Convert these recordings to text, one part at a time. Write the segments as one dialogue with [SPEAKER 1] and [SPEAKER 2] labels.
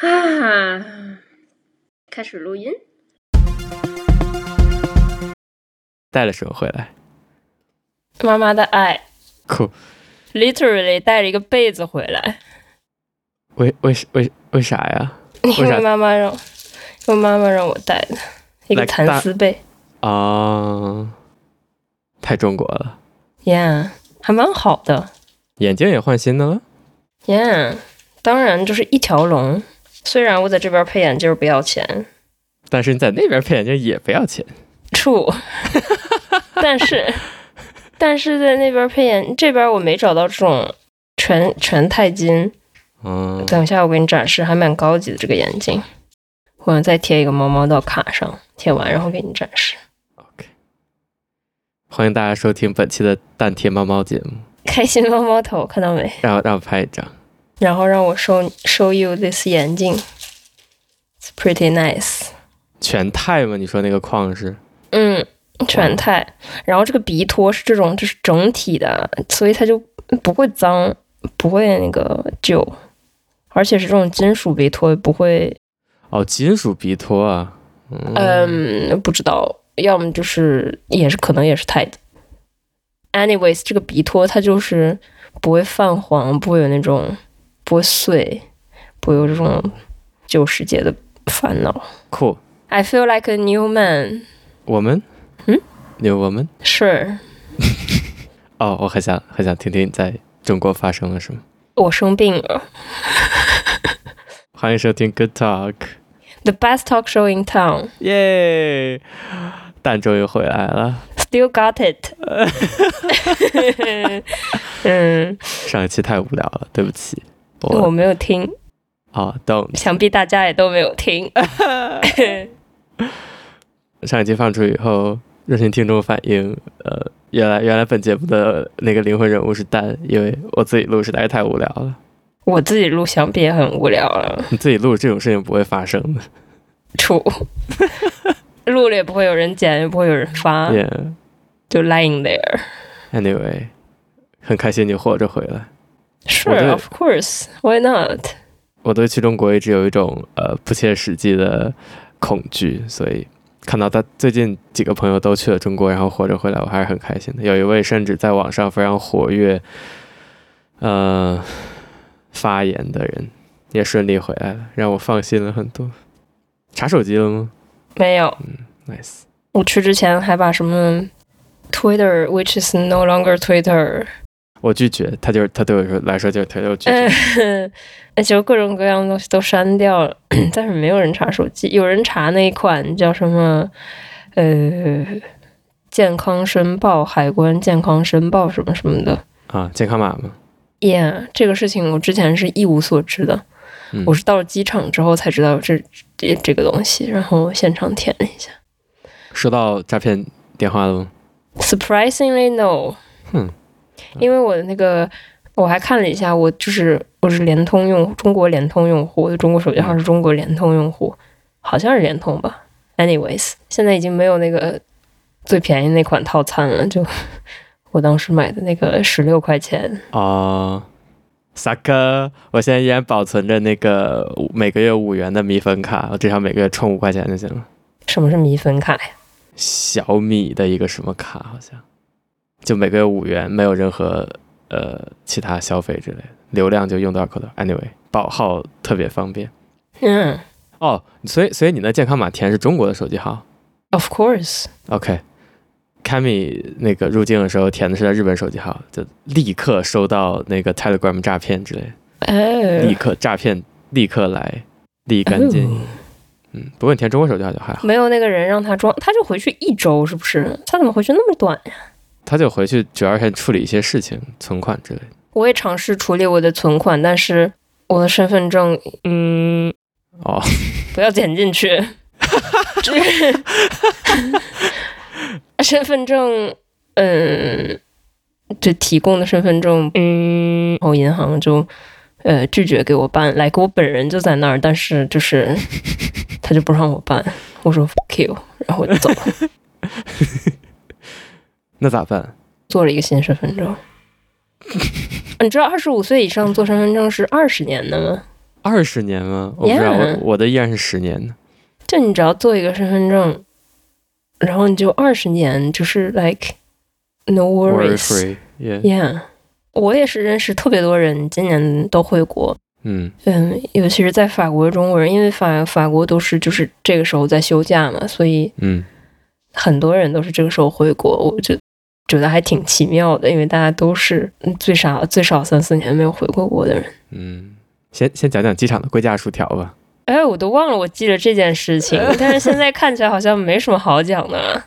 [SPEAKER 1] 啊，开始录音。
[SPEAKER 2] 带了什么回来？
[SPEAKER 3] 妈妈的爱
[SPEAKER 2] 酷，
[SPEAKER 3] ，literally 带了一个被子回来，
[SPEAKER 2] 为为什为为啥呀？
[SPEAKER 3] 因
[SPEAKER 2] 啥
[SPEAKER 3] 为妈妈让，因为妈妈让我带的一个
[SPEAKER 2] Like
[SPEAKER 3] 蚕丝被
[SPEAKER 2] 啊、太中国了。
[SPEAKER 3] ，yeah，还蛮好的
[SPEAKER 2] 眼镜也换新的了，
[SPEAKER 3] ，yeah，当然就是一条龙。虽然我在这边配眼镜不要钱
[SPEAKER 2] 但是你在那边配眼镜也不要钱。
[SPEAKER 3] 处，但是但是在那边配眼这边我没找到这种全全钛金，
[SPEAKER 2] 嗯，
[SPEAKER 3] 等一下我给你展示，还蛮高级的这个眼镜。我想再贴一个猫猫到卡上，贴完然后给你展示。
[SPEAKER 2] 欢迎大家收听本期的蛋贴猫猫节目，
[SPEAKER 3] 开心猫猫头看到没？
[SPEAKER 2] 让我让我拍一张。
[SPEAKER 3] 然后让我收收 you this 眼镜，it's pretty nice。
[SPEAKER 2] 全钛吗？你说那个框是？
[SPEAKER 3] 嗯，全钛。然后这个鼻托是这种，就是整体的，所以它就不会脏，不会那个旧，而且是这种金属鼻托，不会，
[SPEAKER 2] 哦，金属鼻托啊。嗯，
[SPEAKER 3] 嗯，不知道，要么就是也是可能也是钛的。Anyways，这个鼻托它就是不会泛黄，不会有那种不会碎，不会有这种旧世界的烦恼。
[SPEAKER 2] 酷。
[SPEAKER 3] I feel like a new man.
[SPEAKER 2] 我们，
[SPEAKER 3] 嗯，
[SPEAKER 2] 有我们。
[SPEAKER 3] 是
[SPEAKER 2] 哦，我很想很想听听你在中国发生了什么。
[SPEAKER 3] 我生病了。
[SPEAKER 2] 欢迎收听 Good Talk，
[SPEAKER 3] The best talk show in town.
[SPEAKER 2] 耶！蛋终于回来了。
[SPEAKER 3] Still got it. 嗯，
[SPEAKER 2] 上一期太无聊了，对不起。
[SPEAKER 3] 我
[SPEAKER 2] 我
[SPEAKER 3] 没有听，
[SPEAKER 2] 哦， 懂。
[SPEAKER 3] 想必大家也都没有听。
[SPEAKER 2] 上一期放出以后，热心听众反映，呃，原来原来本节目的那个灵魂人物是蛋，因为我自己录实在是太无聊了。
[SPEAKER 3] 我自己录想必也很无聊了，
[SPEAKER 2] 你自己录这种事情不会发生的。
[SPEAKER 3] 处 录了也不会有人剪，也不会有人发
[SPEAKER 2] Yeah.
[SPEAKER 3] 就 lying there.
[SPEAKER 2] Anyway，很开心你活着回来。我
[SPEAKER 3] Sure,
[SPEAKER 2] 觉得
[SPEAKER 3] of course. Why not?
[SPEAKER 2] 我对去中国一直有一种呃不切实际的恐惧，所以看到他最近几个朋友都去了中国，然后活着回来，我还是很开心的。有一位甚至在网上非常活跃，呃，发言的人也顺利回来了，让我放心了很多。 查手机了吗嗯
[SPEAKER 3] 没有。
[SPEAKER 2] ？Nice，
[SPEAKER 3] 我去之前还把什么 Twitter, which is no longer Twitter.
[SPEAKER 2] 我拒绝，他就是他对我说来说就是他就拒绝。
[SPEAKER 3] 嗯，就各种各样的东西都删掉了，但是没有人查手机，有人查那一款叫什么，呃，健康申报、海关健康申报什么什么的。
[SPEAKER 2] 啊，健康码吗？
[SPEAKER 3] Yeah，这个事情我之前是一无所知的，
[SPEAKER 2] 嗯
[SPEAKER 3] 我是到了机场之后才知道这这这个东西，然后现场填了一下。
[SPEAKER 2] 收到诈骗电话了吗？
[SPEAKER 3] Surprisingly no，
[SPEAKER 2] 哼，
[SPEAKER 3] 因为我的那个我还看了一下，我就是我是联通用户，中国联通用户，我的中国手机号
[SPEAKER 2] 嗯
[SPEAKER 3] 是中国联通用户，好像是联通吧。Anyways，现在已经没有那个最便宜那款套餐了，就我当时买的那个十六块钱，
[SPEAKER 2] 哦，萨克，我现在依然保存着那个五每个月五元的米粉卡，我至少每个月充五块钱就行了。
[SPEAKER 3] 什么是米粉卡呀？
[SPEAKER 2] 小米的一个什么卡，好像就每个月五元，没有任何呃其他消费之类的，流量就用多少扣多少。Anyway，保号特别方便
[SPEAKER 3] 嗯
[SPEAKER 2] 哦。所以，所以你那健康码填是中国的手机号
[SPEAKER 3] ，Of course，
[SPEAKER 2] ？OK。m 米那个入境的时候填的是在日本手机号，就立刻收到那个 Telegram 诈骗之类的。立
[SPEAKER 3] 哎，
[SPEAKER 2] 刻诈骗，立刻来，立竿见影。嗯，不过你填中国手机号就还好，
[SPEAKER 3] 没有那个人让他装，他就回去一周是不是？他怎么回去那么短？
[SPEAKER 2] 他就回去主要是处理一些事情，存款之类的。
[SPEAKER 3] 我也尝试处理我的存款，但是我的身份证，嗯，
[SPEAKER 2] 哦，
[SPEAKER 3] 不要剪进去。 这个身份证，嗯，就提供的身份证，嗯，然后银行就呃拒绝给我办，来给我本人就在那儿，但是就是他就不让我办，我说 fuck you，然后我就走了，
[SPEAKER 2] 那咋办？
[SPEAKER 3] 做了一个新身 份证。你知道二十五岁以上做身份证是二十年的吗？
[SPEAKER 2] 二十年吗？我不知道，
[SPEAKER 3] Yeah
[SPEAKER 2] 我我的依然是十年的。
[SPEAKER 3] 就你只要做一个身份证，然后你就二十年，就是 like no worries。
[SPEAKER 2] Worry free，yeah，
[SPEAKER 3] Yeah，我也是认识特别多人，今年都回国。
[SPEAKER 2] 嗯
[SPEAKER 3] 嗯，尤其是在法国的中国人，因为法法国都是就是这个时候在休假嘛，所以
[SPEAKER 2] 嗯，
[SPEAKER 3] 很多人都是这个时候回国，我就觉得还挺奇妙的，因为大家都是嗯最少最少三四年没有回过国的人。
[SPEAKER 2] 嗯，先先讲讲机场的贵价薯条吧。
[SPEAKER 3] 哎，我都忘了我记了这件事 情，但是现在看起来好像没什么好讲
[SPEAKER 2] 哎
[SPEAKER 3] 的。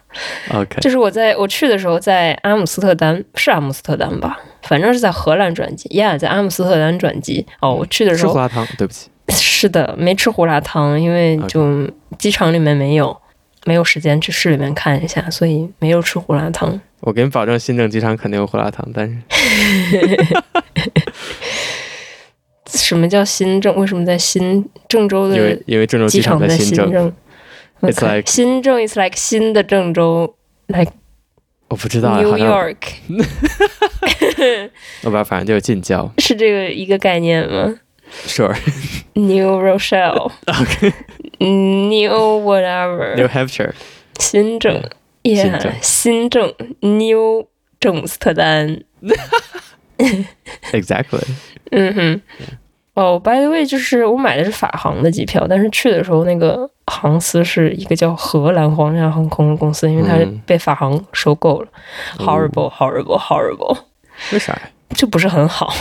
[SPEAKER 2] OK，
[SPEAKER 3] 就是我在我去的时候，在阿姆斯特丹，是阿姆斯特丹吧？反正是在荷兰转机呀，yeah, 在阿姆斯特丹转机。哦，我去的时
[SPEAKER 2] 吃胡
[SPEAKER 3] 候
[SPEAKER 2] 辣汤，对不起。
[SPEAKER 3] 是的，没吃胡辣汤，因为
[SPEAKER 2] OK
[SPEAKER 3] 就机场里面没有，没有时间去市里面看一下，所以没有吃胡辣汤。
[SPEAKER 2] 我给你保证，新郑机场肯定有胡辣汤，但是
[SPEAKER 3] 什么叫新郑？为什么在新郑州
[SPEAKER 2] 因
[SPEAKER 3] 的
[SPEAKER 2] 为因为郑州
[SPEAKER 3] 机
[SPEAKER 2] 机
[SPEAKER 3] 场
[SPEAKER 2] 在
[SPEAKER 3] 在
[SPEAKER 2] 新
[SPEAKER 3] 新
[SPEAKER 2] 郑，
[SPEAKER 3] 郑
[SPEAKER 2] It's
[SPEAKER 3] OK，
[SPEAKER 2] like-
[SPEAKER 3] 新郑 is like 新的郑州，like
[SPEAKER 2] 我不知道，啊
[SPEAKER 3] New
[SPEAKER 2] 好像
[SPEAKER 3] York，
[SPEAKER 2] 我把反正就是近郊
[SPEAKER 3] 是这个一个概念吗
[SPEAKER 2] ，Sure，
[SPEAKER 3] ？New Rochelle，OK，New
[SPEAKER 2] New
[SPEAKER 3] whatever，
[SPEAKER 2] Hampshire，
[SPEAKER 3] 新郑，Yeah，新郑，New 郑斯特丹。
[SPEAKER 2] Exactly，
[SPEAKER 3] 嗯哼，哦、b y the way，就是我买的是法航的机票，但是去的时候那个航司是一个叫荷兰皇家航空的公司，因为它
[SPEAKER 2] 嗯
[SPEAKER 3] 被法航收购了、
[SPEAKER 2] 哦
[SPEAKER 3] h o r r i b l e h o r r i b l e h o r r i b l e
[SPEAKER 2] 为啥呀？
[SPEAKER 3] 就不是很好。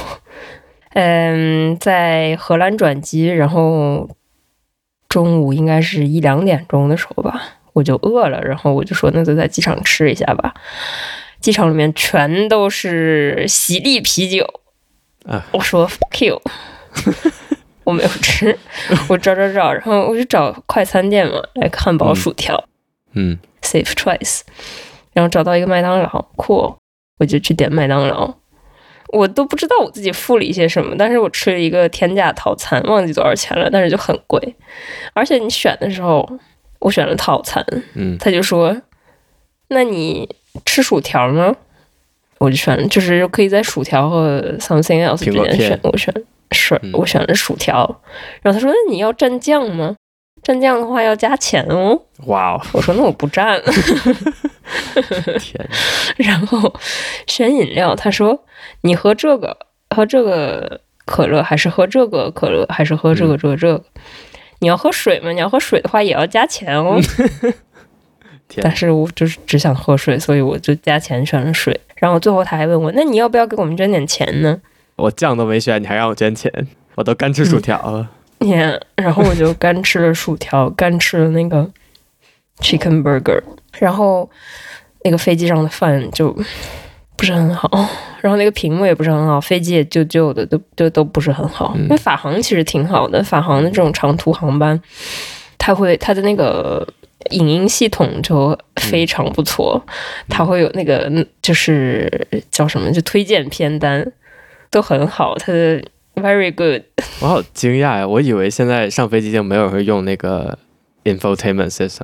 [SPEAKER 3] 嗯，在荷兰转机，然后中午应该是一两点钟的时候吧，我就饿了，然后我就说那就在机场吃一下吧。机场里面全都是喜力啤酒，
[SPEAKER 2] 啊
[SPEAKER 3] 我说 fuck you，我没有吃，我找找找，然后我就找快餐店嘛，来汉堡、
[SPEAKER 2] 嗯
[SPEAKER 3] 薯条，
[SPEAKER 2] 嗯
[SPEAKER 3] safe choice，然后找到一个麦当劳，cool，我就去点麦当劳。我都不知道我自己付了一些什么，但是我吃了一个天价套餐，忘记多少钱了，但是就很贵。而且你选的时候，我选了套餐，
[SPEAKER 2] 嗯
[SPEAKER 3] 他就说：“那你吃薯条吗？”我就选了，就是可以在薯条和 something else 之
[SPEAKER 2] 苹果
[SPEAKER 3] 间
[SPEAKER 2] 片
[SPEAKER 3] 选，我选是
[SPEAKER 2] 嗯
[SPEAKER 3] 我选了薯条。然后他说：“那你要蘸酱吗？蘸酱的话要加钱哦。”
[SPEAKER 2] 哇 哦，
[SPEAKER 3] 我说那我不蘸了。
[SPEAKER 2] 天哪，
[SPEAKER 3] 然后选饮料，他说你喝这个，喝这个可乐，还是喝这个可乐，还是喝这个这个这个？你要喝水吗？你要喝水的话也要加钱哦。
[SPEAKER 2] 天
[SPEAKER 3] 但是我就是只想喝水，所以我就加钱选了水。然后最后他还问我，那你要不要给我们捐点钱呢？
[SPEAKER 2] 我酱都没选，你还让我捐钱，我都干吃薯条了。
[SPEAKER 3] 嗯 Yeah，然后我就干吃了薯条，干吃了那个 chicken burger，然后那个飞机上的饭就不是很好，然后那个屏幕也不是很好，飞机也旧旧的，都都都不是很好。因为法航其实挺好的，法航的这种长途航班，它会它的那个影音系统就非常不错，它会有那个嗯就是叫什么，就推荐片单都很好，它的 very good。
[SPEAKER 2] 我好惊讶呀，我以为现在上飞机就没有人会用那个 infotainment system。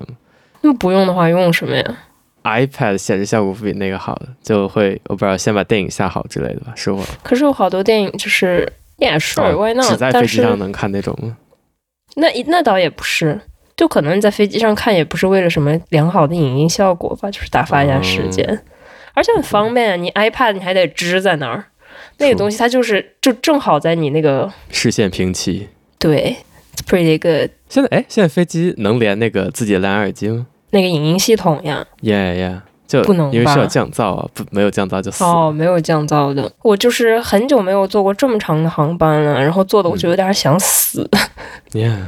[SPEAKER 3] 那不用的话用什么呀？
[SPEAKER 2] iPad 显示效果比那个好的，就会我不知道先把电影下好之类的吧，是我。哦
[SPEAKER 3] 可是有好多电影就是，Yeah, sure, why
[SPEAKER 2] 只
[SPEAKER 3] not？
[SPEAKER 2] 在飞
[SPEAKER 3] 但
[SPEAKER 2] 机上
[SPEAKER 3] 是
[SPEAKER 2] 能看那种吗？
[SPEAKER 3] 那那倒也不是，就可能在飞机上看也不是为了什么良好的影音效果吧，就是打发一下时间，
[SPEAKER 2] 嗯
[SPEAKER 3] 而且很方便啊。你 iPad 你还得支在那儿，那个东西它就是就正好在你那个
[SPEAKER 2] 视线平齐。
[SPEAKER 3] 对，it's pretty good
[SPEAKER 2] 现在哎，现在飞机能连那个自己的蓝牙耳机吗
[SPEAKER 3] 那个影音系统呀。
[SPEAKER 2] ？Yeah yeah，就
[SPEAKER 3] 不能吧
[SPEAKER 2] 因为需要降噪啊，不没有降噪就死。
[SPEAKER 3] 哦，没有降噪的，我就是很久没有坐过这么长的航班了，然后坐的我
[SPEAKER 2] 嗯
[SPEAKER 3] 就有点想死。
[SPEAKER 2] Yeah，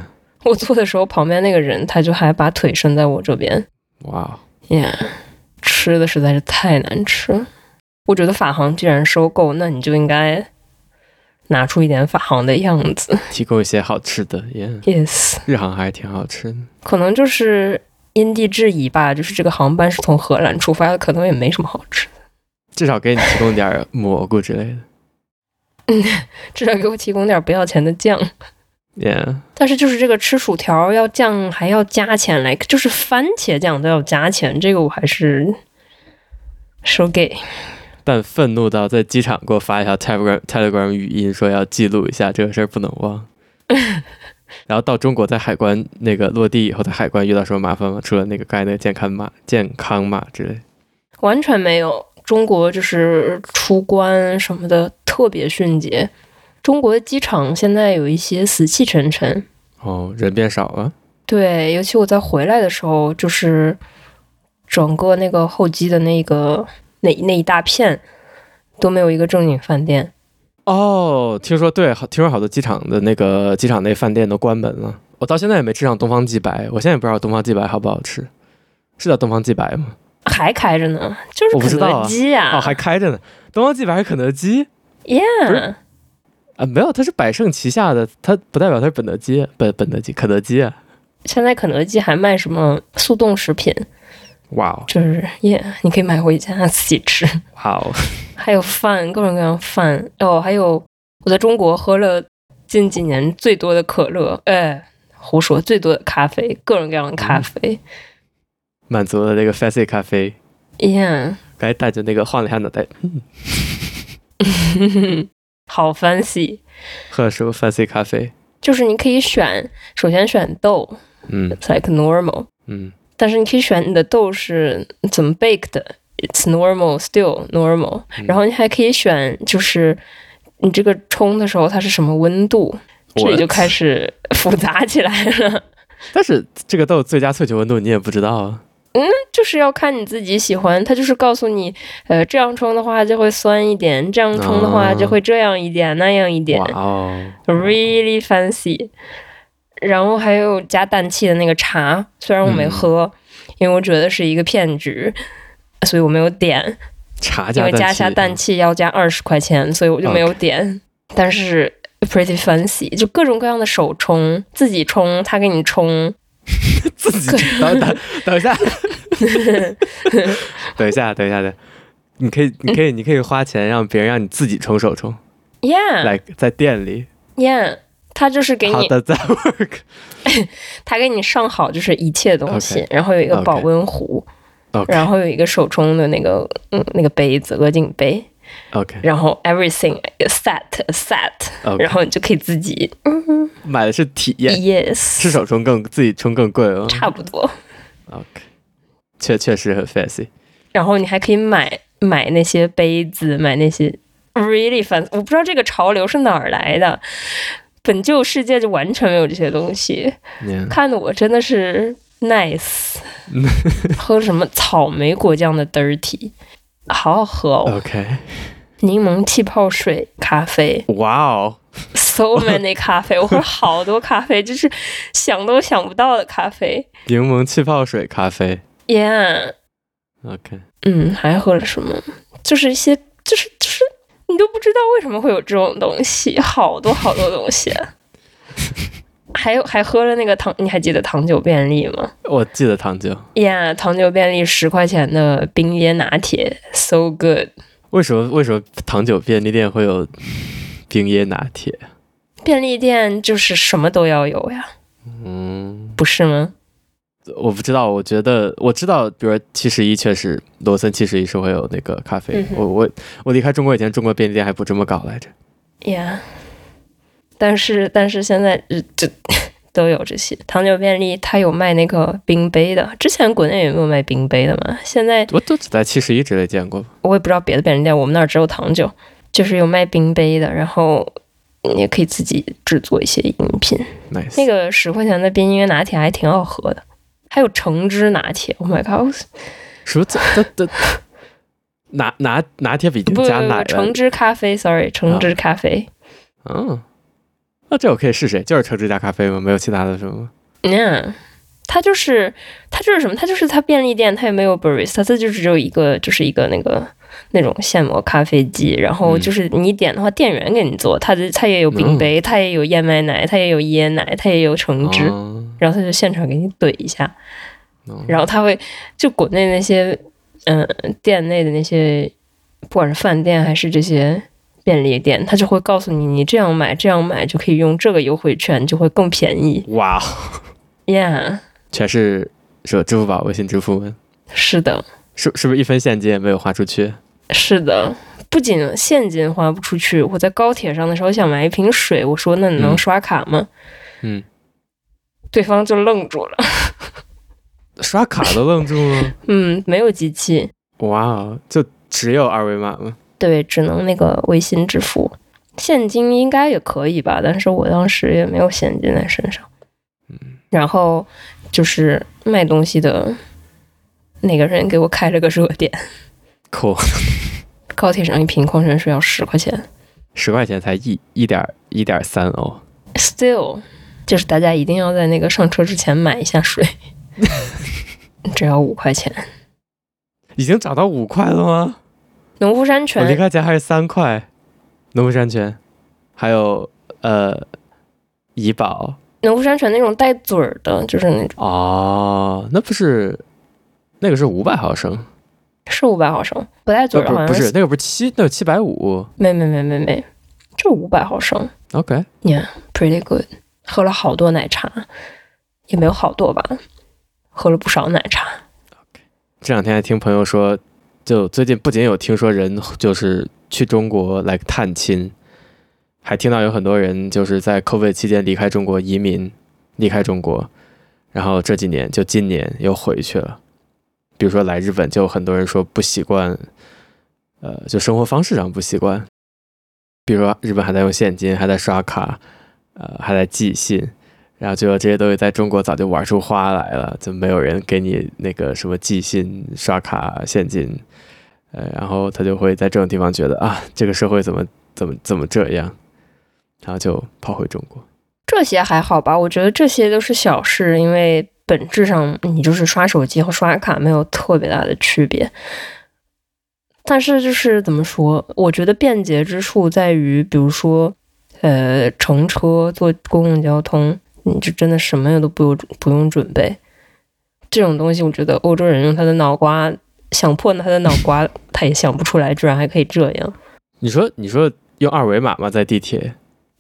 [SPEAKER 3] 我坐的时候，旁边那个人他就还把腿伸在我这边，
[SPEAKER 2] 哇、
[SPEAKER 3] 耶、吃的实在是太难吃了。我觉得法航既然收购，那你就应该拿出一点法航的样子。
[SPEAKER 2] 提供一些好吃的，Yeah，
[SPEAKER 3] Yes，
[SPEAKER 2] 日航还是挺好吃的。
[SPEAKER 3] 可能就是因地制宜吧，就是这个航班是从荷兰出发的，可能也没什么好吃的，
[SPEAKER 2] 至少给你提供点儿蘑菇之类的。
[SPEAKER 3] 至少给我提供点不要钱的酱。
[SPEAKER 2] Yeah，
[SPEAKER 3] 但是就是这个吃薯条要酱还要加钱来，就是番茄酱都要加钱，这个我还是收给。
[SPEAKER 2] 但愤怒到在机场给我发一条 Telegram Telegram 语音，说要记录一下这个事儿，不能忘。然后到中国在海关那个落地以后，在海关遇到什么麻烦吗？除了那个刚才那个健康码、健康码之类，
[SPEAKER 3] 完全没有。中国就是出关什么的特别迅捷。中国的机场现在有一些死气沉沉，
[SPEAKER 2] 哦，人变少了，
[SPEAKER 3] 对，尤其我在回来的时候，就是整个那个候机的那个那那一大片都没有一个正经饭店。
[SPEAKER 2] 哦，听说对，好听说好多机场的那个机场内饭店都关门了。我到现在也没吃上东方既白，我现在也不知道东方既白好不好吃，是叫东方既白吗？
[SPEAKER 3] 还开着呢，就
[SPEAKER 2] 我不
[SPEAKER 3] 是
[SPEAKER 2] 知
[SPEAKER 3] 肯
[SPEAKER 2] 道啊
[SPEAKER 3] 德基呀、
[SPEAKER 2] 哦，还开着呢。东方既白是肯德基
[SPEAKER 3] y e a
[SPEAKER 2] 不是
[SPEAKER 3] h
[SPEAKER 2] 啊？没有，它是百盛旗下的，它不代表它是本德基，本本德基肯德基啊。
[SPEAKER 3] 现在肯德基还卖什么速冻食品，
[SPEAKER 2] 哇哦，
[SPEAKER 3] 就是 Yeah，你可以买回家自己吃。
[SPEAKER 2] 哇哦，
[SPEAKER 3] 还有饭，各种各样的饭哦，还有我在中国喝了近几年最多的可乐，哎，胡说，最多的咖啡，各种各样的咖啡。
[SPEAKER 2] 满足了这个 fancy 咖啡。
[SPEAKER 3] Yeah，
[SPEAKER 2] 刚才大姐那个晃了一下脑袋，
[SPEAKER 3] 好 fancy，
[SPEAKER 2] 喝了什么 fancy 咖啡？
[SPEAKER 3] 就是你可以选，首先选豆
[SPEAKER 2] 嗯
[SPEAKER 3] ，it's like normal，
[SPEAKER 2] 嗯，
[SPEAKER 3] 但是你可以选你的豆是怎么 bake 的，it's normal still normal，
[SPEAKER 2] 嗯
[SPEAKER 3] 然后你还可以选就是你这个冲的时候它是什么温度，这里就开
[SPEAKER 2] 始。
[SPEAKER 3] 始复杂起来了。
[SPEAKER 2] 但是这个豆最佳萃取温度你也不知道啊。
[SPEAKER 3] 就是要看你自己喜欢，它就是告诉你，呃，这样冲的话就会酸一点，这样冲的话就会这样一点，那样一点
[SPEAKER 2] 啊哇哦，
[SPEAKER 3] ，really fancy。然后还有加氮气的那个茶，虽然我没
[SPEAKER 2] 嗯
[SPEAKER 3] 喝，因为我觉得是一个骗局，所以我没有点，
[SPEAKER 2] 茶
[SPEAKER 3] 因
[SPEAKER 2] 加
[SPEAKER 3] 为
[SPEAKER 2] 氮
[SPEAKER 3] 加
[SPEAKER 2] 气，嗯
[SPEAKER 3] 下氮气要加二十块钱，所以我就没有点。但是 pretty fancy，就各种各样的手冲，自己冲，他给你冲，
[SPEAKER 2] 自己 等等等一下，等一下，等一下，等一下，你可以，你可以，你可以花钱让别人让你自己冲手冲，
[SPEAKER 3] yeah
[SPEAKER 2] 来在店里。
[SPEAKER 3] yeah，他就是嗯给
[SPEAKER 2] 好
[SPEAKER 3] 你
[SPEAKER 2] 的，在 work。
[SPEAKER 3] 他给你上好就是一切东西
[SPEAKER 2] OK
[SPEAKER 3] 然后有一个
[SPEAKER 2] OK
[SPEAKER 3] 保温壶
[SPEAKER 2] OK
[SPEAKER 3] 然后有一个手冲的那个嗯那个杯子鹅颈杯，
[SPEAKER 2] OK
[SPEAKER 3] 然后 everything is set set，、
[SPEAKER 2] OK，
[SPEAKER 3] 然后你就可以自己
[SPEAKER 2] 买的是体验，
[SPEAKER 3] yes，
[SPEAKER 2] 吃手冲更自己冲更贵哦。
[SPEAKER 3] 差不多。
[SPEAKER 2] OK，确确实很 fancy。
[SPEAKER 3] 然后你还可以买买那些杯子，买那些 really fancy，我不知道这个潮流是哪儿来的。本旧世界就完全没有这些东西，
[SPEAKER 2] 嗯
[SPEAKER 3] 看的我真的是 nice，喝什么草莓果酱的 dirty，好好喝哦。
[SPEAKER 2] OK，
[SPEAKER 3] 柠檬气泡水、咖啡
[SPEAKER 2] 哇哦，
[SPEAKER 3] ，so many 咖啡，我喝了好多咖啡，就是想都想不到的咖啡。
[SPEAKER 2] 柠檬气泡水咖啡。
[SPEAKER 3] Yeah，
[SPEAKER 2] OK，
[SPEAKER 3] 嗯，还喝了什么？就是一些，就是就是你都不知道为什么会有这种东西，好多好多东西。还有还喝了那个糖，你还记得糖酒便利吗
[SPEAKER 2] 我记得糖酒。
[SPEAKER 3] ？Yeah，糖酒便利十块钱的冰椰拿铁，so good。
[SPEAKER 2] 为什么为什么糖酒便利店会有冰椰拿铁？
[SPEAKER 3] 便利店就是什么都要有呀，
[SPEAKER 2] 嗯，
[SPEAKER 3] 不是吗？
[SPEAKER 2] 我不知道，我觉得我知道，比如七十一确实，罗森七十一是会有那个咖啡。
[SPEAKER 3] 嗯哼
[SPEAKER 2] 我我我离开中国以前，中国便利店还不这么搞来着。
[SPEAKER 3] Yeah，但是但是现在呃就 都有这些糖酒便利，它有卖那个冰杯的。之前国内有没有卖冰杯的嘛？现在
[SPEAKER 2] 我都只在七十一之类见过。
[SPEAKER 3] 我也不知道别的便利店，我们那儿只有糖酒，就是有卖冰杯的，然后你也可以自己制作一些饮品。
[SPEAKER 2] nice，
[SPEAKER 3] 那个十块钱的冰椰拿铁还挺好喝的，还有橙汁拿铁。Oh my god！
[SPEAKER 2] 什么这这这拿拿拿铁比已经
[SPEAKER 3] 不不
[SPEAKER 2] 加奶啊
[SPEAKER 3] 不，橙
[SPEAKER 2] 了。
[SPEAKER 3] 汁咖啡，sorry，橙汁咖啡。
[SPEAKER 2] 嗯，那、这我可以试试，就是橙汁加咖啡吗？没有其他的什么吗？
[SPEAKER 3] 嗯，它就是它就是什么？它就是它便利店，它也没有 barista，它就是只有一个，就是一个那个那种现磨咖啡机。然后
[SPEAKER 2] 嗯
[SPEAKER 3] 就是你点的话，店员给你做，它的它也有冰杯，它也有燕麦奶，它也有椰奶，它也有橙汁，
[SPEAKER 2] 哦
[SPEAKER 3] 然后它就现场给你怼一下。
[SPEAKER 2] 哦
[SPEAKER 3] 然后他会就国内那些嗯、呃店内的那些，不管是饭店还是这些便利店，他就会告诉你，你这样买这样买就可以用这个优惠券，就会更便宜。
[SPEAKER 2] 哇，哦
[SPEAKER 3] Yeah，
[SPEAKER 2] 全是是吧支付宝、微信支付吗？
[SPEAKER 3] 是的。
[SPEAKER 2] 是是不是一分现金也没有花出去？
[SPEAKER 3] 是的，不仅现金花不出去，我在高铁上的时候想买一瓶水，我说那你能
[SPEAKER 2] 嗯
[SPEAKER 3] 刷卡吗？
[SPEAKER 2] 嗯，
[SPEAKER 3] 对方就愣住了，
[SPEAKER 2] 刷卡都愣住了，
[SPEAKER 3] 嗯，没有机器，
[SPEAKER 2] 哇哦，就只有二维码吗？
[SPEAKER 3] 对，只能那个微信支付，现金应该也可以吧，但是我当时也没有现金在身上。
[SPEAKER 2] 嗯，
[SPEAKER 3] 然后就是卖东西的那个人给我开了个热点，
[SPEAKER 2] 酷，
[SPEAKER 3] 高铁上一瓶矿泉水要十块钱
[SPEAKER 2] 十块钱才一一点一点三欧，
[SPEAKER 3] ，still 就是大家一定要在那个上车之前买一下水，只要五块钱。
[SPEAKER 2] 已经涨到五块了吗？
[SPEAKER 3] 农夫山
[SPEAKER 2] 我离
[SPEAKER 3] 泉
[SPEAKER 2] 开家还是三块，农夫山泉，还有呃怡宝
[SPEAKER 3] 农夫山泉那种带嘴儿的，就是那种
[SPEAKER 2] 哦，那不是那个是五百毫升，
[SPEAKER 3] 是五百毫升，不带嘴
[SPEAKER 2] 不
[SPEAKER 3] 儿好
[SPEAKER 2] 不
[SPEAKER 3] 像
[SPEAKER 2] 不是那个不是七那个七百五
[SPEAKER 3] 没没没没没，就五百毫升
[SPEAKER 2] ，OK，
[SPEAKER 3] ，pretty good。喝了好多奶茶，也没有好多吧，喝了不少奶茶。
[SPEAKER 2] 这两天还听朋友说，就最近不仅有听说人就是去中国来探亲，还听到有很多人就是在 COVID 期间离开中国移民，离开中国，然后这几年就今年又回去了。比如说来日本，就有很多人说不习惯，呃，就生活方式上不习惯。比如说日本还在用现金，还在刷卡，呃，还在寄信，然后就这些东西在中国早就玩出花来了，就没有人给你那个什么寄信、刷卡、现金，呃，然后他就会在这种地方觉得啊，这个社会怎么怎么怎么这样，然后就跑回中国。
[SPEAKER 3] 这些还好吧，我觉得这些都是小事，因为本质上你就是刷手机和刷卡没有特别大的区别。但是就是怎么说，我觉得便捷之处在于，比如说，呃，乘车坐公共交通，你就真的什么也都不用不用准备。这种东西，我觉得欧洲人用他的脑瓜想破他的脑瓜，他也想不出来，居然还可以这样。
[SPEAKER 2] 你说你说用二维码吗？在地铁？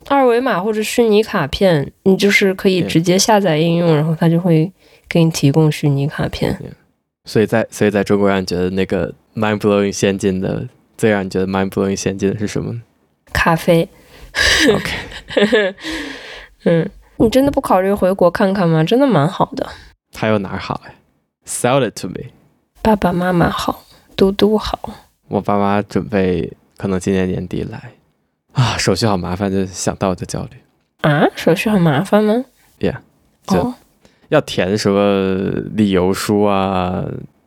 [SPEAKER 3] 二维码或者虚拟卡片，你就是可以
[SPEAKER 2] 对
[SPEAKER 3] 直接下载应用，然后它就会给你提供虚拟卡片。
[SPEAKER 2] 所以在所以在中国让你觉得那个 mind blowing 先进的，最让你觉得 mind blowing 先进的是什么呢
[SPEAKER 3] 咖 啡，
[SPEAKER 2] ？OK，
[SPEAKER 3] 嗯，你真的不考虑回国看看吗？真的蛮好的，
[SPEAKER 2] 还有哪儿好呀？Sell it to me。
[SPEAKER 3] 爸爸妈妈好，嘟嘟好，
[SPEAKER 2] 我爸妈准备可能今年年底来啊，手续好麻烦，就想到我就焦虑，
[SPEAKER 3] 啊，手续很麻烦吗
[SPEAKER 2] Yeah，就
[SPEAKER 3] 哦，
[SPEAKER 2] 要填什么理由书啊，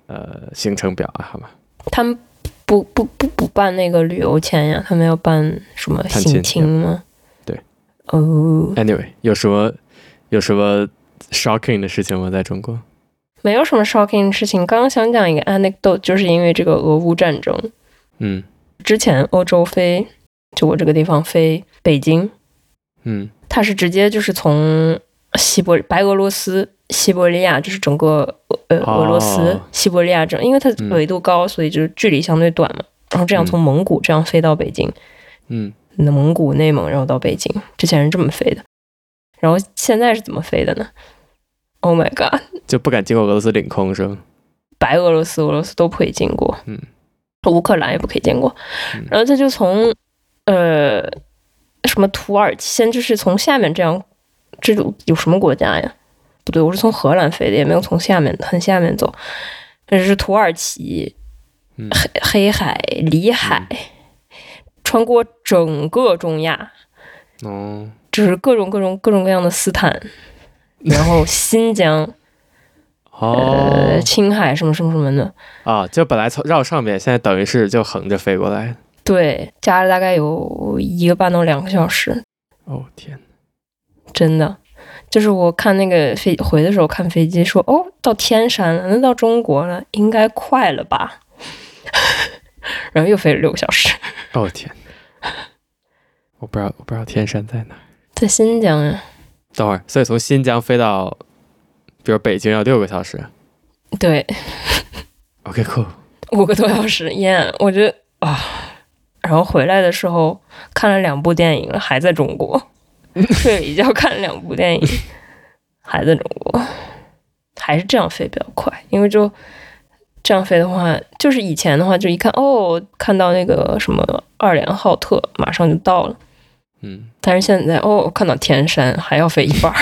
[SPEAKER 2] 呃，行程表啊，好吗？
[SPEAKER 3] 他们不不不不办那个旅游签呀，他们要办什么
[SPEAKER 2] 探亲
[SPEAKER 3] 行亲吗？
[SPEAKER 2] 对，
[SPEAKER 3] 哦，
[SPEAKER 2] Anyway，有什么有什么 shocking 的事情吗？在中国？
[SPEAKER 3] 没有什么 shocking 的事情。刚刚想讲一个 anecdote，就是因为这个俄乌战争，
[SPEAKER 2] 嗯
[SPEAKER 3] 之前欧洲飞，就我这个地方飞北京，
[SPEAKER 2] 嗯
[SPEAKER 3] 它是直接就是从西伯白俄罗斯、西伯利亚，就是整个呃
[SPEAKER 2] 哦
[SPEAKER 3] 俄罗斯、西伯利亚整，因为它
[SPEAKER 2] 嗯
[SPEAKER 3] 纬度高，所以就是距离相对短嘛。然后这样
[SPEAKER 2] 嗯
[SPEAKER 3] 从蒙古这样飞到北京，
[SPEAKER 2] 嗯，
[SPEAKER 3] 那蒙古、内蒙，然后到北京，之前是这么飞的。然后现在是怎么飞的呢？Oh my god！
[SPEAKER 2] 就不敢经过俄罗斯领空是吗？
[SPEAKER 3] 白俄罗斯、俄罗斯都不可以经过，
[SPEAKER 2] 嗯，
[SPEAKER 3] 乌克兰也不可以经过
[SPEAKER 2] 嗯。
[SPEAKER 3] 然后这就从呃什么土耳其，先就是从下面这样，这种有什么国家呀？不对，我是从荷兰飞的，也没有从下面很下面走，这是土耳其、
[SPEAKER 2] 嗯
[SPEAKER 3] 黑黑海、里海，穿过整个中亚，
[SPEAKER 2] 哦，
[SPEAKER 3] 就是各种各种各种各样的斯坦，然后新疆、
[SPEAKER 2] 哦
[SPEAKER 3] 呃青海什么什么什么的，
[SPEAKER 2] 啊，就本来从绕上面，现在等于是就横着飞过来。
[SPEAKER 3] 对，加了大概有一个半到两个小时，
[SPEAKER 2] 哦天，
[SPEAKER 3] 真的。就是我看那个飞回的时候看飞机说，哦，到天山了，那到中国了，应该快了吧？ 然后又飞了六个小时，
[SPEAKER 2] 哦天，我不知道我不知道天山在哪。
[SPEAKER 3] 在新疆啊呀。
[SPEAKER 2] 等会儿，所以从新疆飞到，比如北京要六个小时。
[SPEAKER 3] 对，
[SPEAKER 2] OK，cool。
[SPEAKER 3] 五个多小时，耶！我觉得啊，然后回来的时候看了两部电影，还在中国，睡了一觉看了两部电影，还在中国，还是这样飞比较快，因为就这样飞的话，就是以前的话，就一看哦，看到那个什么二连浩特，马上就到了。
[SPEAKER 2] 嗯，
[SPEAKER 3] 但是现在哦，看到天山还要飞一半儿，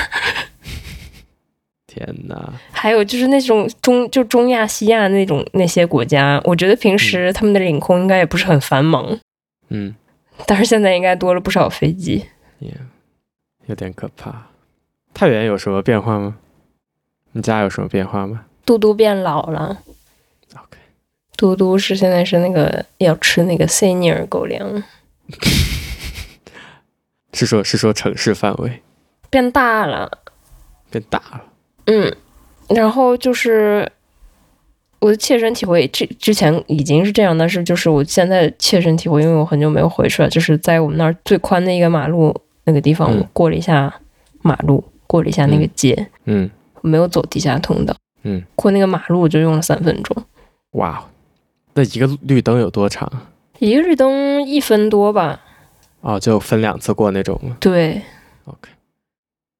[SPEAKER 2] 天哪，
[SPEAKER 3] 还有就是那种中就中亚、西亚那种那些国家，我觉得平时他们的领空应该也不是很繁忙，
[SPEAKER 2] 嗯，
[SPEAKER 3] 但是现在应该多了不少飞机。
[SPEAKER 2] 也、有点可怕。太原有什么变化吗？你家有什么变化吗
[SPEAKER 3] 嘟嘟变老了，
[SPEAKER 2] ？OK，
[SPEAKER 3] 嘟嘟是现在是那个要吃那个 senior 狗粮，
[SPEAKER 2] 是说，是说城市范围
[SPEAKER 3] 变大了。
[SPEAKER 2] 变大了。
[SPEAKER 3] 嗯，然后就是我的切身体会，之之前已经是这样，但是就是我现在切身体会，因为我很久没有回去了，就是在我们那儿最宽的一个马路那个地方，
[SPEAKER 2] 嗯
[SPEAKER 3] 我过了一下马路，过了一下那个
[SPEAKER 2] 嗯
[SPEAKER 3] 街，
[SPEAKER 2] 嗯，
[SPEAKER 3] 我没有走地下通道。
[SPEAKER 2] 嗯，
[SPEAKER 3] 过那个马路我就用了三分钟，
[SPEAKER 2] 哇哦，那一个绿灯有多长？
[SPEAKER 3] 一个绿灯一分多吧。
[SPEAKER 2] 哦，就分两次过那种吗？
[SPEAKER 3] 对，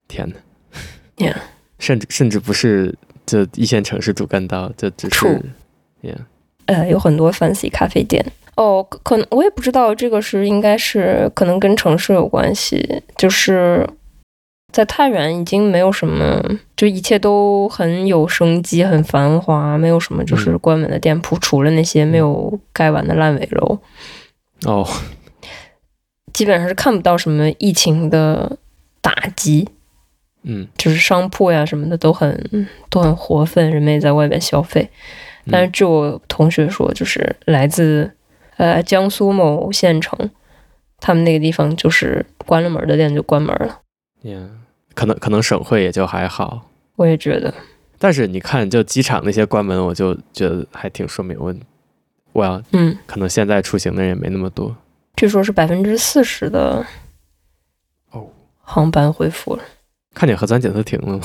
[SPEAKER 2] 天哪
[SPEAKER 3] Yeah
[SPEAKER 2] 甚至甚至不是就一线城市主干道，就只
[SPEAKER 3] 处
[SPEAKER 2] 是，yeah，
[SPEAKER 3] 呃，有很多 fancy 咖啡店。哦，可可能我也不知道这个是应该是可能跟城市有关系，就是在太原已经没有什么，就一切都很有生机、很繁华，没有什么就是
[SPEAKER 2] 嗯
[SPEAKER 3] 关门的店铺，除了那些没有盖完的烂尾楼，
[SPEAKER 2] 哦，
[SPEAKER 3] 基本上是看不到什么疫情的打击，
[SPEAKER 2] 嗯，
[SPEAKER 3] 就是商铺呀什么的都很都很活泛，人们也在外边消费。
[SPEAKER 2] 嗯
[SPEAKER 3] 但是据我同学说，就是来自呃江苏某县城，他们那个地方就是关了门的店就关门了。
[SPEAKER 2] yeah，可能可能省会也就还好，
[SPEAKER 3] 我也觉得，
[SPEAKER 2] 但是你看，就机场那些关门，我就觉得还挺说明问，我要
[SPEAKER 3] 嗯，
[SPEAKER 2] 可能现在出行的人也没那么多。
[SPEAKER 3] 据说是百分之四十的
[SPEAKER 2] 哦
[SPEAKER 3] 航班恢复了，
[SPEAKER 2] 看见核酸检测亭了吗？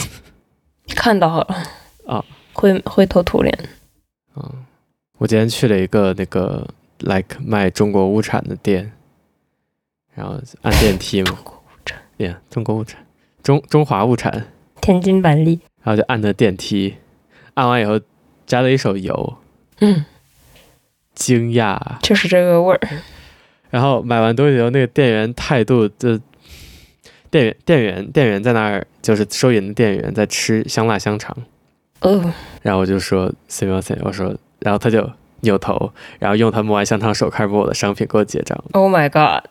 [SPEAKER 3] 看到了
[SPEAKER 2] 啊，
[SPEAKER 3] 灰灰头土脸。
[SPEAKER 2] 嗯，我今天去了一个那个 like 卖中国物产的店，然后按电梯嘛
[SPEAKER 3] 中 国无产，
[SPEAKER 2] ，yeah，中国物产，中中华物产，
[SPEAKER 3] 天津板栗，
[SPEAKER 2] 然后就按的电梯，按完以后加了一手油，
[SPEAKER 3] 嗯，
[SPEAKER 2] 惊讶。
[SPEAKER 3] 就是这个味儿。
[SPEAKER 2] 然后买完东西以后，那个店员态度就，店员店员店员在那儿就是收银的店员在吃香辣香肠，
[SPEAKER 3] 哦，
[SPEAKER 2] 然后我就说 s i m o n 我说，然后他就扭头，然后用他摸完香肠手开始摸我的商品给我结账。
[SPEAKER 3] Oh my god！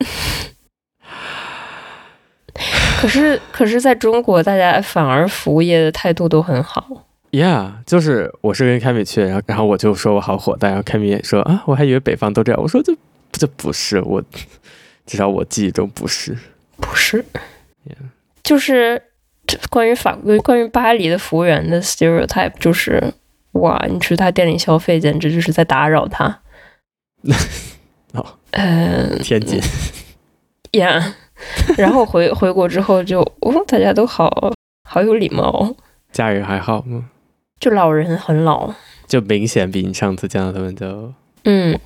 [SPEAKER 3] 可是，可是，在中国，大家反而服务业的态度都很好。
[SPEAKER 2] Yeah，就是我是跟凯米去，然后然后我就说我好火大，然后凯米也说啊，我还以为北方都这样，我说这这不是我，至少我记忆中不是。
[SPEAKER 3] 不是
[SPEAKER 2] Yeah
[SPEAKER 3] 就是这关于法规、关于巴黎的服务员的 stereotype，就是哇，你去他店里消费，简直就是在打扰他。
[SPEAKER 2] 哦，
[SPEAKER 3] 嗯、
[SPEAKER 2] 天津，
[SPEAKER 3] 呀， 然后回回国之后就，哦，大家都好好有礼貌，哦
[SPEAKER 2] 家人还好吗？
[SPEAKER 3] 就老人很老，
[SPEAKER 2] 就明显比你上次见到他们就
[SPEAKER 3] 嗯，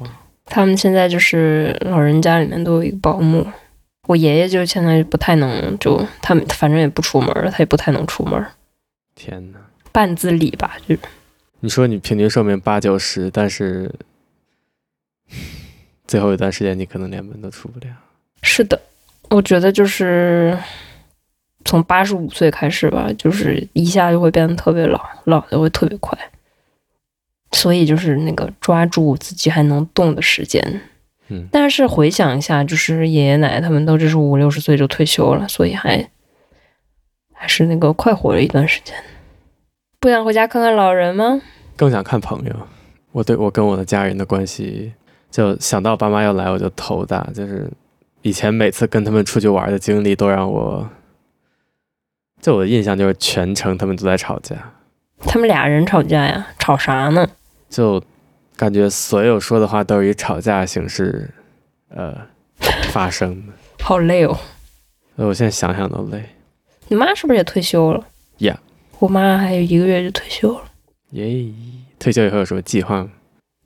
[SPEAKER 3] 他们现在就是老人家里面都有一个保姆。我爷爷就现在不太能，就他们反正也不出门儿，他也不太能出门儿，
[SPEAKER 2] 天哪！
[SPEAKER 3] 半自理吧，就
[SPEAKER 2] 你说你平均寿命八九十，但是最后一段时间你可能连门都出不了。
[SPEAKER 3] 是的。我觉得就是从八十五岁开始吧，就是一下就会变得特别老，老的会特别快。所以就是那个抓住自己还能动的时间。
[SPEAKER 2] 嗯
[SPEAKER 3] 但是回想一下，就是爷爷奶奶他们都就是五六十岁就退休了，所以还还是那个快活了一段时间。不想回家看看老人吗？
[SPEAKER 2] 更想看朋友。我对我跟我的家人的关系，就想到爸妈要来我就头大，就是以前每次跟他们出去玩的经历都让我，就我的印象就是全程他们都在吵架，
[SPEAKER 3] 他们俩人吵架呀，吵啥呢？
[SPEAKER 2] 就感觉所有说的话都是以吵架形式，呃，发生的。
[SPEAKER 3] 好累哦。
[SPEAKER 2] 所以我现在想想都累。
[SPEAKER 3] 你妈是不是也退休了
[SPEAKER 2] Yeah
[SPEAKER 3] 我妈还有一个月就退休了，
[SPEAKER 2] 耶！退休以后有什么计划吗？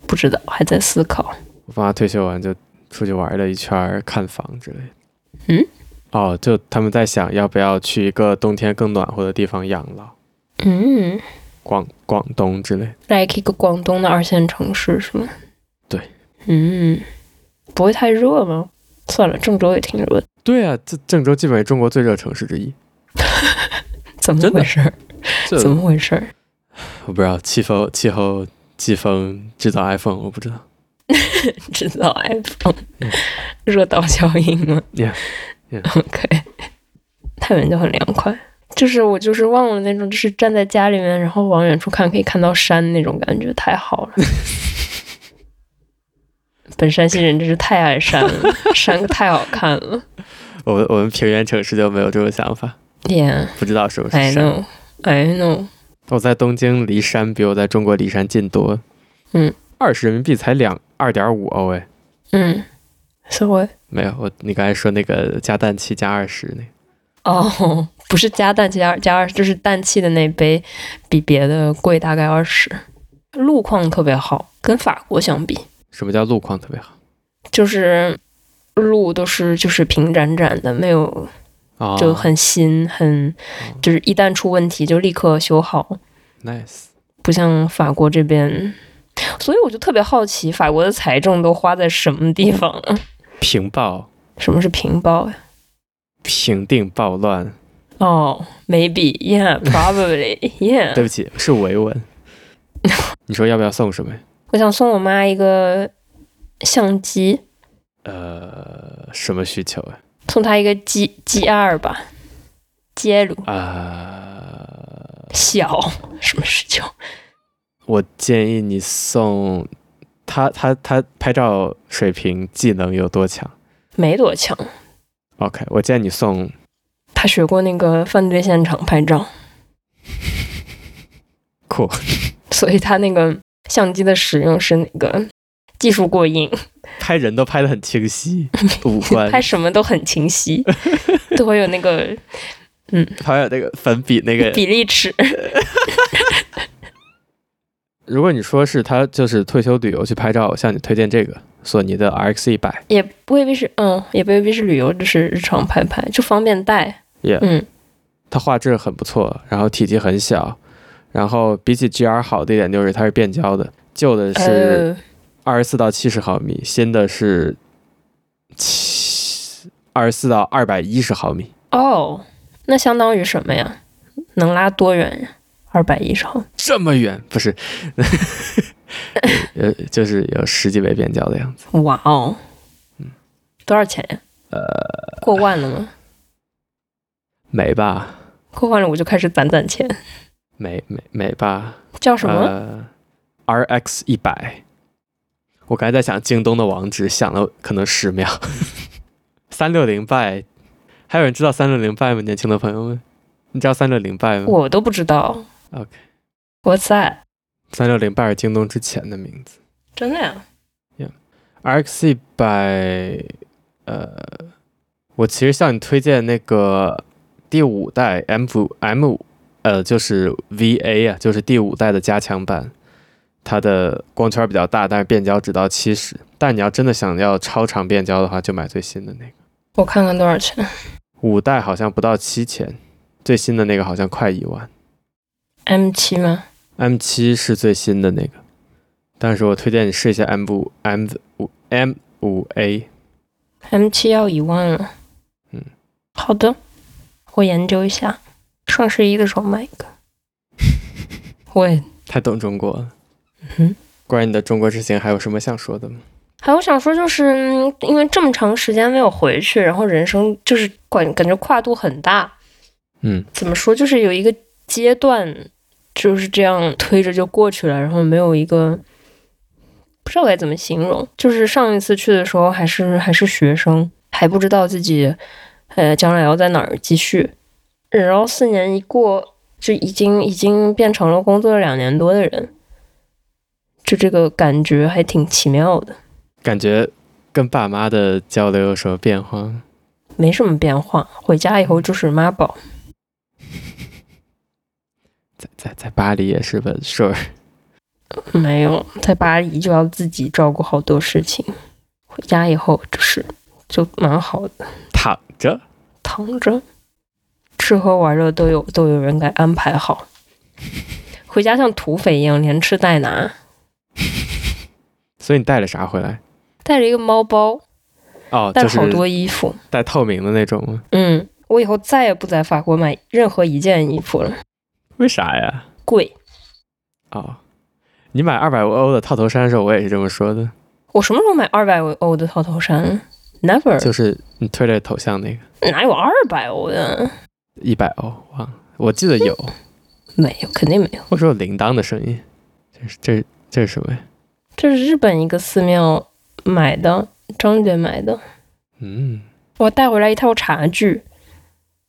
[SPEAKER 3] 不知道，还在思考。
[SPEAKER 2] 我爸妈退休完就出去玩了一圈儿，看房之类的。
[SPEAKER 3] 嗯？
[SPEAKER 2] 哦，就他们在想要不要去一个冬天更暖和的地方养老。
[SPEAKER 3] 嗯，
[SPEAKER 2] 广广东之类。
[SPEAKER 3] 来一个广东的二线城市是吗？
[SPEAKER 2] 对，
[SPEAKER 3] 嗯，不会太热吗？算了，郑州也挺热的，
[SPEAKER 2] 对啊，这郑州基本是中国最热城市之一。
[SPEAKER 3] 怎么
[SPEAKER 2] 真的呃
[SPEAKER 3] 回事儿？
[SPEAKER 2] 这
[SPEAKER 3] 怎么回事儿？
[SPEAKER 2] 我不知道气候气候季风制造 iPhone，我不知道。
[SPEAKER 3] 制造 iPhone
[SPEAKER 2] 嗯
[SPEAKER 3] 热岛效应吗
[SPEAKER 2] Yeah, yeah.
[SPEAKER 3] OK，太原就很凉快。就是我就是忘了那种，就是站在家里面，然后往远处看可以看到山那种感觉，太好了。本山西人真是太爱山 了，山太好看了。
[SPEAKER 2] 我们我们平原城市就没有这种想法，
[SPEAKER 3] Yeah,
[SPEAKER 2] 不知道是不是
[SPEAKER 3] I
[SPEAKER 2] 山。
[SPEAKER 3] know, I know。
[SPEAKER 2] 我在东京离山比我在中国离山近多。
[SPEAKER 3] 嗯，
[SPEAKER 2] 二十人民币才两二点五欧哎，
[SPEAKER 3] 嗯，所以我
[SPEAKER 2] 没有我你刚才说那个加氮气加二十那个，
[SPEAKER 3] 哦， 不是加氮气加加二十，就是氮气的那杯比别的贵大概二十。路况特别好，跟法国相比，
[SPEAKER 2] 什么叫路况特别好？
[SPEAKER 3] 就是路都是就是平展展的，没有
[SPEAKER 2] 哦，
[SPEAKER 3] 就很新，
[SPEAKER 2] 嗯
[SPEAKER 3] 很就是一旦出问题就立刻修好，
[SPEAKER 2] nice。
[SPEAKER 3] 不像法国这边。所以我就特别好奇，法国的财政都花在什么地方了？
[SPEAKER 2] 平暴、
[SPEAKER 3] 什么是平包呀？
[SPEAKER 2] 平定暴乱，
[SPEAKER 3] 哦、m a y b e yeah, probably, yeah。
[SPEAKER 2] 对不起，是维稳。 你说要不要送什么呀？
[SPEAKER 3] 我想送我妈一个相机，
[SPEAKER 2] 呃，什么需求呀？
[SPEAKER 3] 送她一个 G G 二吧，G L
[SPEAKER 2] 啊、
[SPEAKER 3] 小什么事情？
[SPEAKER 2] 我建议你送他，他他拍照水平技能有多强
[SPEAKER 3] 没多强，
[SPEAKER 2] ？OK，我建议你送
[SPEAKER 3] 她学过那个犯罪现场拍照，
[SPEAKER 2] 酷，
[SPEAKER 3] 所以她那个相机的使用是那个技术过硬，
[SPEAKER 2] 拍人都拍得很清 晰，五官，
[SPEAKER 3] 拍什么都很清 晰，都会有那个
[SPEAKER 2] 还有那个粉笔那个。
[SPEAKER 3] 比例尺。
[SPEAKER 2] 如果你说是他就是退休旅游去拍照，我向你推荐这个索尼的 RX 一百，
[SPEAKER 3] 也不未必是，嗯，也不未必是旅游，就是日常拍拍，就方便带。
[SPEAKER 2] Yeah
[SPEAKER 3] 嗯，
[SPEAKER 2] 它画质很不错，然后体积很小，然后比起 GR 好的一点就是它是变焦的，旧的是
[SPEAKER 3] 呃，
[SPEAKER 2] 二十四到七十毫米，新的是七二十四到二百一十毫米，
[SPEAKER 3] 哦，那相当于什么呀？能拉多远呀？二百一十毫米。
[SPEAKER 2] 这么远不是？ 呃，就是有十几倍变焦的样子，
[SPEAKER 3] 哇哦，多少钱呀？呃，过万了吗？
[SPEAKER 2] 美吧？
[SPEAKER 3] 过万了我就开始攒攒钱。
[SPEAKER 2] 美美美吧？
[SPEAKER 3] 叫什么？
[SPEAKER 2] 呃，RX 一百。我刚才在想京东的网址，想了可能十秒。 三六零 buy，还有人知道三六零 buy 吗？年轻的朋友们，你知道三六零 buy 吗？
[SPEAKER 3] 我都不知道。
[SPEAKER 2] OK
[SPEAKER 3] What's that？
[SPEAKER 2] 三六零 buy 是京东之前的名字。
[SPEAKER 3] 真的呀？
[SPEAKER 2] RX 一百，呃，我其实向你推荐那个第五代 M 五 M 五，呃，就是 VA 啊，就是第五代的加强版，它的光圈比较大，但是变焦只到七十。但你要真的想要超长变焦的话，就买最新的那个。
[SPEAKER 3] 我看看多少钱。
[SPEAKER 2] 五代好像不到七千，最新的那个好像快一万。
[SPEAKER 3] M 七吗？
[SPEAKER 2] M 七是最新的那个，但是我推荐你试一下 M 五 M 五 M 五 A。
[SPEAKER 3] M 七要一万了。
[SPEAKER 2] 嗯，
[SPEAKER 3] 好的，我研究一下。双十一的时候买一 个。喂，
[SPEAKER 2] 太懂中国了。
[SPEAKER 3] 嗯
[SPEAKER 2] 关于你的中国之行，还有什么想说的吗？
[SPEAKER 3] 还有想说，就是嗯因为这么长时间没有回去，然后人生就是感感觉跨度很大。
[SPEAKER 2] 嗯，
[SPEAKER 3] 怎么说，就是有一个阶段就是这样推着就过去了，然后没有一个不知道该怎么形容。就是上一次去的时候，还是还是学生，还不知道自己呃将来要在哪儿继续。然后四年一过，就已经已经变成了工作了两年多的人，就这个感觉还挺奇妙的。
[SPEAKER 2] 感觉跟爸妈的交流有什么变化吗？
[SPEAKER 3] 没什么变化，回家以后就是妈宝。
[SPEAKER 2] 在在在巴黎也是吧，sure。
[SPEAKER 3] 没有，在巴黎就要自己照顾好多事情，回家以后就是就蛮好的，
[SPEAKER 2] 躺着，
[SPEAKER 3] 躺着，吃喝玩乐都有都有人给安排好。回家像土匪一样连吃带拿，
[SPEAKER 2] 所以你带了啥回来？
[SPEAKER 3] 带着一个猫包，
[SPEAKER 2] 哦，
[SPEAKER 3] 带
[SPEAKER 2] 就
[SPEAKER 3] 了好
[SPEAKER 2] 是
[SPEAKER 3] 多衣服。
[SPEAKER 2] 带透明的那种吗？
[SPEAKER 3] 嗯，我以后再也不在法国买任何一件衣服了，
[SPEAKER 2] 为啥呀？
[SPEAKER 3] 贵。
[SPEAKER 2] 哦，你买二百欧的套头衫的时候，我也是这么说的，
[SPEAKER 3] 我什么时候买二百欧的套头衫？Never，
[SPEAKER 2] 就是你推着头像那个
[SPEAKER 3] 哪有二百欧的？
[SPEAKER 2] 一百欧，忘了，我记得 有，
[SPEAKER 3] 没有，肯定没有。
[SPEAKER 2] 或者有铃铛的声音，这是这是这是什么呀？
[SPEAKER 3] 这是日本一个寺庙买的，张姐买的。
[SPEAKER 2] 嗯，
[SPEAKER 3] 我带回来一套茶具，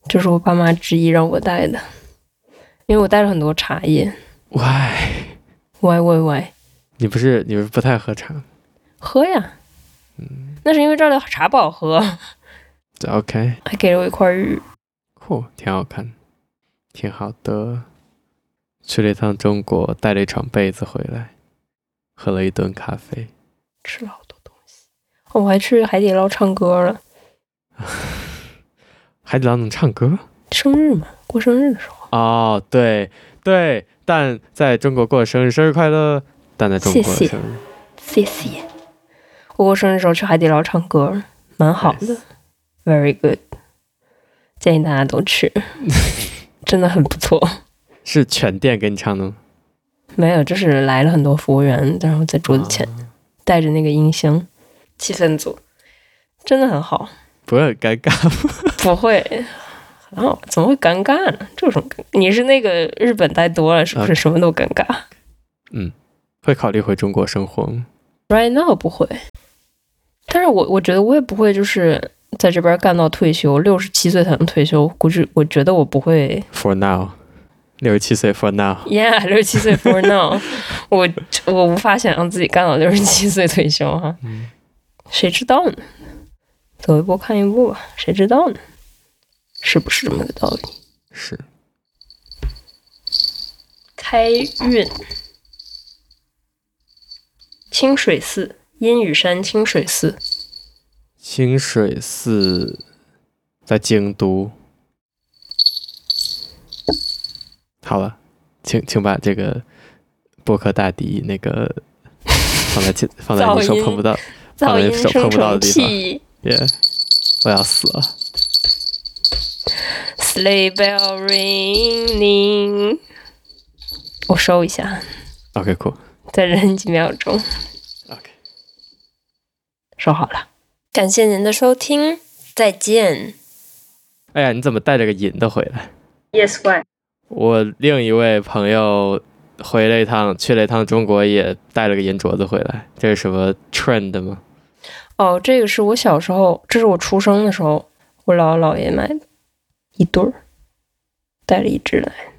[SPEAKER 3] 这是我爸妈执意让我带的，因为我带了很多茶叶。
[SPEAKER 2] 喂，
[SPEAKER 3] 喂喂喂，
[SPEAKER 2] 你不是你不是不太喝茶吗
[SPEAKER 3] 喝呀！那是因为这儿的茶不好喝，
[SPEAKER 2] 这？OK，
[SPEAKER 3] 还给了我一块玉。
[SPEAKER 2] 酷，挺好看的，挺好的。去了一趟中国，带了一床被子回来，喝了一顿咖啡。
[SPEAKER 3] 吃了好多东西。哦我还去海底捞唱歌了，
[SPEAKER 2] 海底捞能唱歌？
[SPEAKER 3] 生日嘛，过生日的时候。
[SPEAKER 2] 哦，对对，但在中国过生日，生日快乐！但在中国
[SPEAKER 3] 谢谢
[SPEAKER 2] 生日，
[SPEAKER 3] 谢谢。我过生日的时候去海底捞唱歌了，蛮好的
[SPEAKER 2] Nice
[SPEAKER 3] ，very good。建议大家都去， 真的很不错。
[SPEAKER 2] 是全店给你唱的吗？
[SPEAKER 3] 没有，就是来了很多服务员，然后在桌子前、
[SPEAKER 2] 啊
[SPEAKER 3] 带着那个音箱，气氛组真的很好，
[SPEAKER 2] 不会很尴尬吗？
[SPEAKER 3] 不会。很好，怎么会尴尬呢？这有什么尴？你是那个日本待多了，是不是
[SPEAKER 2] 啊
[SPEAKER 3] 什么都尴尬
[SPEAKER 2] 会考虑回中国生活吗？
[SPEAKER 3] ？Right now 不会，但是我我觉得我也不会，就是在这边干到退休，六十七岁才能退休，估计我觉得我不会
[SPEAKER 2] For now，六十七岁 For now，
[SPEAKER 3] Yeah，六十七岁 for now，我 我无法想象自己干到六十七岁退休哈、
[SPEAKER 2] 嗯
[SPEAKER 3] 谁知道呢？走一步看一步吧，谁知道呢？是不是这么个道理？
[SPEAKER 2] 是
[SPEAKER 3] 开运，清水寺，阴雨山清水寺，
[SPEAKER 2] 清水寺在京都。好了，请请把这个播客大敌那个放在放在你
[SPEAKER 3] 噪
[SPEAKER 2] 手
[SPEAKER 3] 音
[SPEAKER 2] 碰不到，
[SPEAKER 3] 噪音
[SPEAKER 2] 手
[SPEAKER 3] 生
[SPEAKER 2] 碰不到
[SPEAKER 3] 成
[SPEAKER 2] 的地方
[SPEAKER 3] 器
[SPEAKER 2] 耶、我要死了。
[SPEAKER 3] ，sleigh bell ringing。我收一下，
[SPEAKER 2] OK，酷、
[SPEAKER 3] 再忍几秒钟。
[SPEAKER 2] OK，
[SPEAKER 3] 收好了。感谢您的收听，再见。
[SPEAKER 2] 哎呀，你怎么带着个银的回来？
[SPEAKER 1] Yes, why？
[SPEAKER 2] 我另一位朋友回了一趟，去了一趟中国，也带了个银镯子回来。这是什么 trend 吗？
[SPEAKER 3] 哦，这个是我小时候，这是我出生的时候，我姥姥姥爷买的一对儿，带了一只来。